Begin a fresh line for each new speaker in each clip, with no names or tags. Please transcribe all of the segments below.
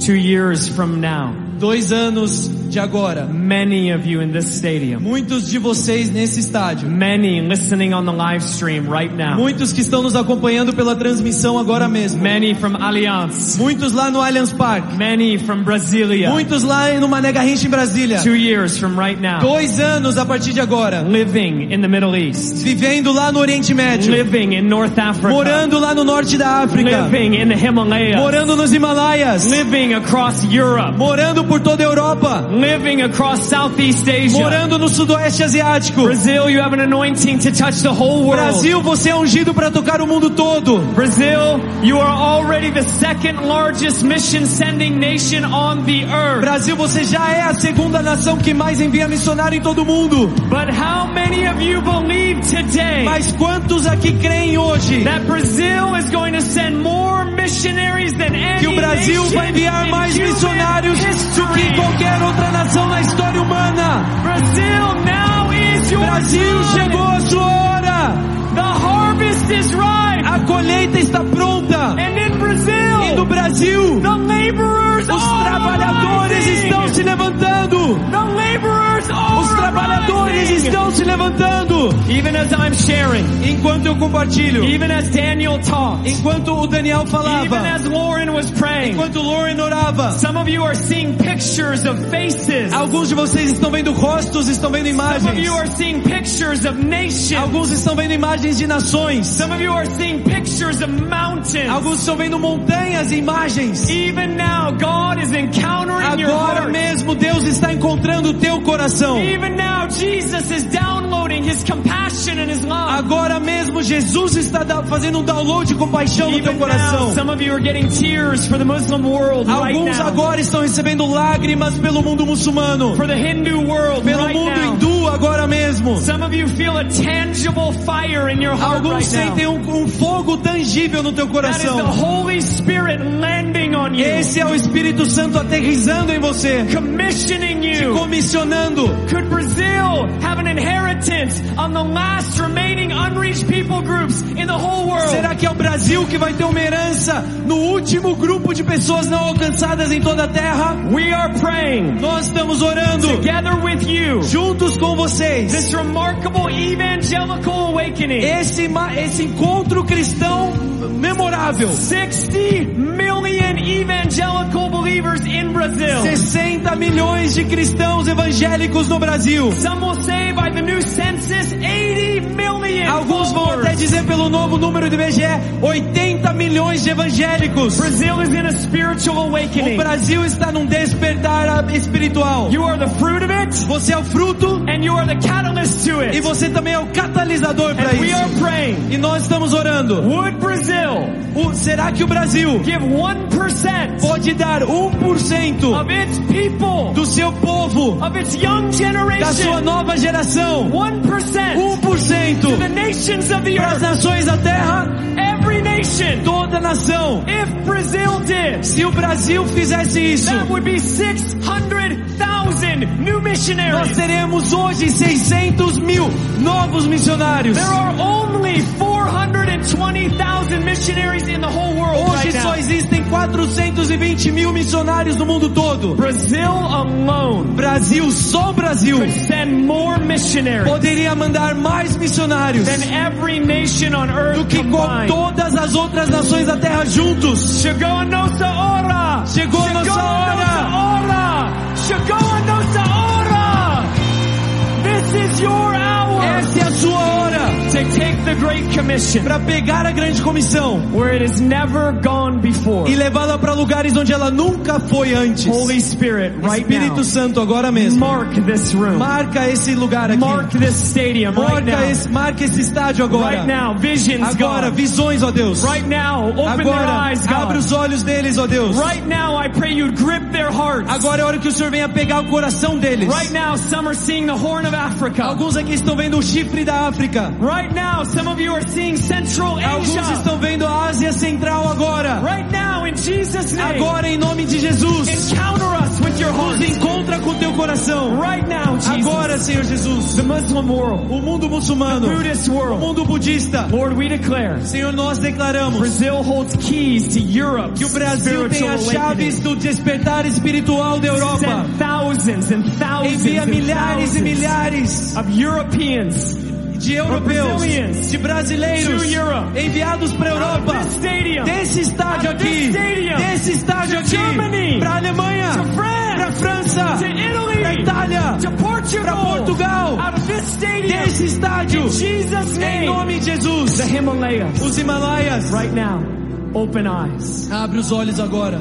Two years from now,
Dois anos de agora.
many of you in this stadium,
Muitos de vocês nesse estádio.
many listening on the live stream right now,
Muitos que estão nos acompanhando pela transmissão agora mesmo.
many from Allianz,
Muitos lá no Allianz Park.
many from Brasilia,
Muitos lá no Mané Garrincha em Brasília.
two years from right now,
Dois anos a partir de agora.
living in the Middle East,
Vivendo lá no Oriente Médio.
living in North Africa,
Morando lá no norte da África.
living in the Himalayas,
Morando nos Himalaias.
living across Europe,
Morando por toda a Europa.
living across Southeast Asia.
Morando no Sudoeste Asiático.
Brazil, you have an anointing to touch the whole world.
Brasil, você é ungido para tocar o mundo todo.
Brazil, you are already the second largest mission sending nation on the earth.
Brasil, você já é a segunda nação que mais envia missionário em todo o mundo.
But how many of you believe today
Mas quantos aqui creem hoje
that Brazil is going to send more missionaries than any
que o Brasil
nation
vai enviar
in
mais
human
missionários do
history?
que qualquer outra nação na história humana?
Brazil now is your
Brasil,
time.
chegou a sua hora.
The harvest is ripe.
A colheita está pronta.
And in
E
Brazil,
no Brasil,
the laborers
os
are
trabalhadores
rising.
estão se levantando.
The laborers are
Os trabalhadores
rising.
estão se levantando.
Even as I'm sharing,
Enquanto eu compartilho,
even as Daniel talked,
enquanto o Daniel
even
falava,
as Lauren was praying,
enquanto o Lauren orava,
some of you are seeing pictures of faces.
alguns de vocês estão vendo rostos, estão vendo
Some of
imagens.
you are seeing pictures of nations.
Alguns estão vendo imagens de nações.
Some of you are seeing pictures of mountains.
Alguns estão vendo montanhas e imagens.
Even now, God is encountering your
Agora
heart.
mesmo Deus está encontrando o teu coração.
Even now, Jesus is downloading His compassion and His love.
Agora mesmo Jesus está da- fazendo um download de compaixão no teu
Even now,
coração.
some of you are getting tears for the Muslim world right
Alguns
now.
agora estão recebendo lágrimas pelo mundo muçulmano,
For the Hindu world
pelo
right
mundo
now.
hindu agora mesmo.
Some of you feel a tangible fire in your heart
Alguns
right now.
sentem um, um fogo tangível no teu
That is the
coração.
Holy Spirit landing on you,
Esse é o Espírito Santo aterrizando em você,
commissioning you.
comissionando.
Could Brazil have an inheritance on the last remaining unreached people groups in the whole world?
Será que é o Brasil que vai ter uma herança no último grupo de pessoas não alcançadas em toda a terra?
We are praying
Nós estamos orando
together with you
juntos com vocês.
this remarkable evangelical awakening.
Esse, ma- esse encontro cristão memorável.
60 million evangelical believers in Brazil.
60 milhões de cristãos evangélicos no Brasil.
Some will say by the new census 80 million.
Alguns vão até
followers.
dizer pelo novo número do IBGE, 80 milhões de evangélicos.
Brazil is in a spiritual
O
awakening.
Brasil está num despertar espiritual.
You are the fruit of it
Você é o fruto
and you are the catalyst to
e
it.
você também é o catalisador para
And we
isso.
are praying.
E nós estamos orando.
Would Brazil
O- será que o Brasil
give 1%
pode dar 1%
of its people,
do seu povo,
of its young
da sua
generation,
nova geração?
1% to the
1%
nations of the
para as
earth,
nações da terra,
every nation.
toda nação.
If Brazil did,
Se o Brasil fizesse isso,
that would be 600,000 new
nós
missionaries.
teremos hoje 600 mil novos missionários.
There are only 420,000 missionaries in the whole world
Hoje
right
só
now.
existem 420 mil missionários no mundo todo.
Brazil alone
Brasil, só o Brasil,
could send more missionaries
poderia mandar mais missionários
than every nation on
do
earth
que com
combined.
todas as outras nações da terra juntos.
Chegou a nossa hora!
Chegou a nossa hora!
hora! Chegou a nossa hora! This is your hour
Essa é a sua hora
to take the Great Commission
para pegar a grande comissão
where it has never gone before.
e levá-la para lugares onde ela nunca foi antes.
Holy Spirit, right
Espírito
now,
Santo, agora mesmo.
mark this room.
Marca esse lugar aqui.
Mark this stadium right
Marca
now.
esse, marca esse estádio
Right
agora.
now, visions
Agora,
God.
visões, ó Deus.
Right now, open their
Agora,
eyes,
abre
God.
os olhos deles, ó Deus.
Right now, I pray you grip their hearts.
Agora é hora que o Senhor venha pegar o coração deles.
Right now, some are seeing the Horn of Africa.
Alguns aqui estão vendo o chifre da África.
Right now, some of you are seeing Central
Alguns
Asia.
estão vendo a Ásia Central agora.
Right now, in Jesus' name,
Agora, em nome de Jesus,
encounter us with with your heart.
Nos encontra com o teu coração.
Right now, Jesus.
Agora, Senhor Jesus,
The Muslim world.
o mundo muçulmano,
Buddhist
o
world.
mundo budista,
Lord, we declare
Senhor, nós declaramos
Brazil holds keys to Europe's
que o Brasil tem
spiritual
as chaves
awakening.
do despertar espiritual da Europa.
Send thousands and thousands
Envia
and
milhares e
thousands
milhares
of Europeans
de europeus,
Brazilians
de brasileiros,
to Europe.
enviados para a Europa,
this stadium
desse estádio
Out of this
aqui,
stadium.
desse estádio
To
aqui,
Germany.
para a Alemanha,
to
para a
France, to
França, para a
Italy,
Itália,
uh, to
para
Portugal,
Portugal,
out of this stadium,
desse estádio,
in Jesus'
em
name,
nome de Jesus,
the Himalayas,
os Himalaias,
right now, open eyes.
abre os olhos agora,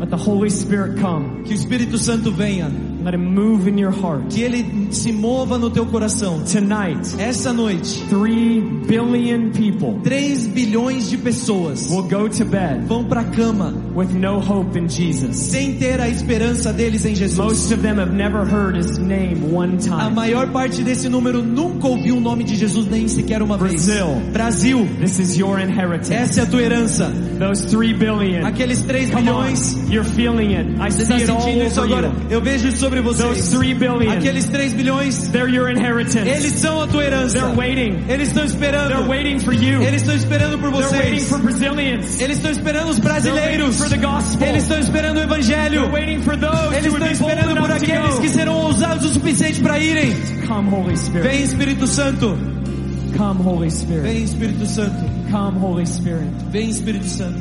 Let the Holy Spirit come.
que o Espírito Santo venha,
Let Him move in your heart.
que ele se mova no teu coração.
Tonight,
Essa noite,
three billion people
3 bilhões de pessoas
will go to bed
vão para cama
with no hope in Jesus.
sem ter a esperança deles em Jesus.
Most of them have never heard His name one
A
time.
maior parte desse número nunca ouviu o nome de Jesus nem sequer uma vez.
Brasil.
Brasil,
This is your inheritance.
essa é a tua herança.
Those three billion.
Aqueles 3
Come on.
bilhões,
You're feeling it. I
você
see
está
it all
sentindo isso
over
agora?
you.
Eu vejo isso sobre
Those
vocês.
three billion.
Aqueles 3 bilhões,
They're your inheritance.
eles são a tua herança.
They're waiting.
Eles estão
They're
esperando.
waiting for you.
Eles estão esperando por
They're waiting
vocês.
for Brazilians.
Eles estão esperando os
They're waiting
brasileiros.
for the gospel.
Eles estão esperando o evangelho.
They're waiting for those
Eles
who would
estão
be bold
esperando por
enough to
aqueles que
go.
serão ousados o suficiente para irem.
Come, Holy Spirit.
Vem Espírito Santo.
Come, Holy Spirit.
Vem Espírito Santo.
Come, Holy Spirit.
Vem Espírito Santo.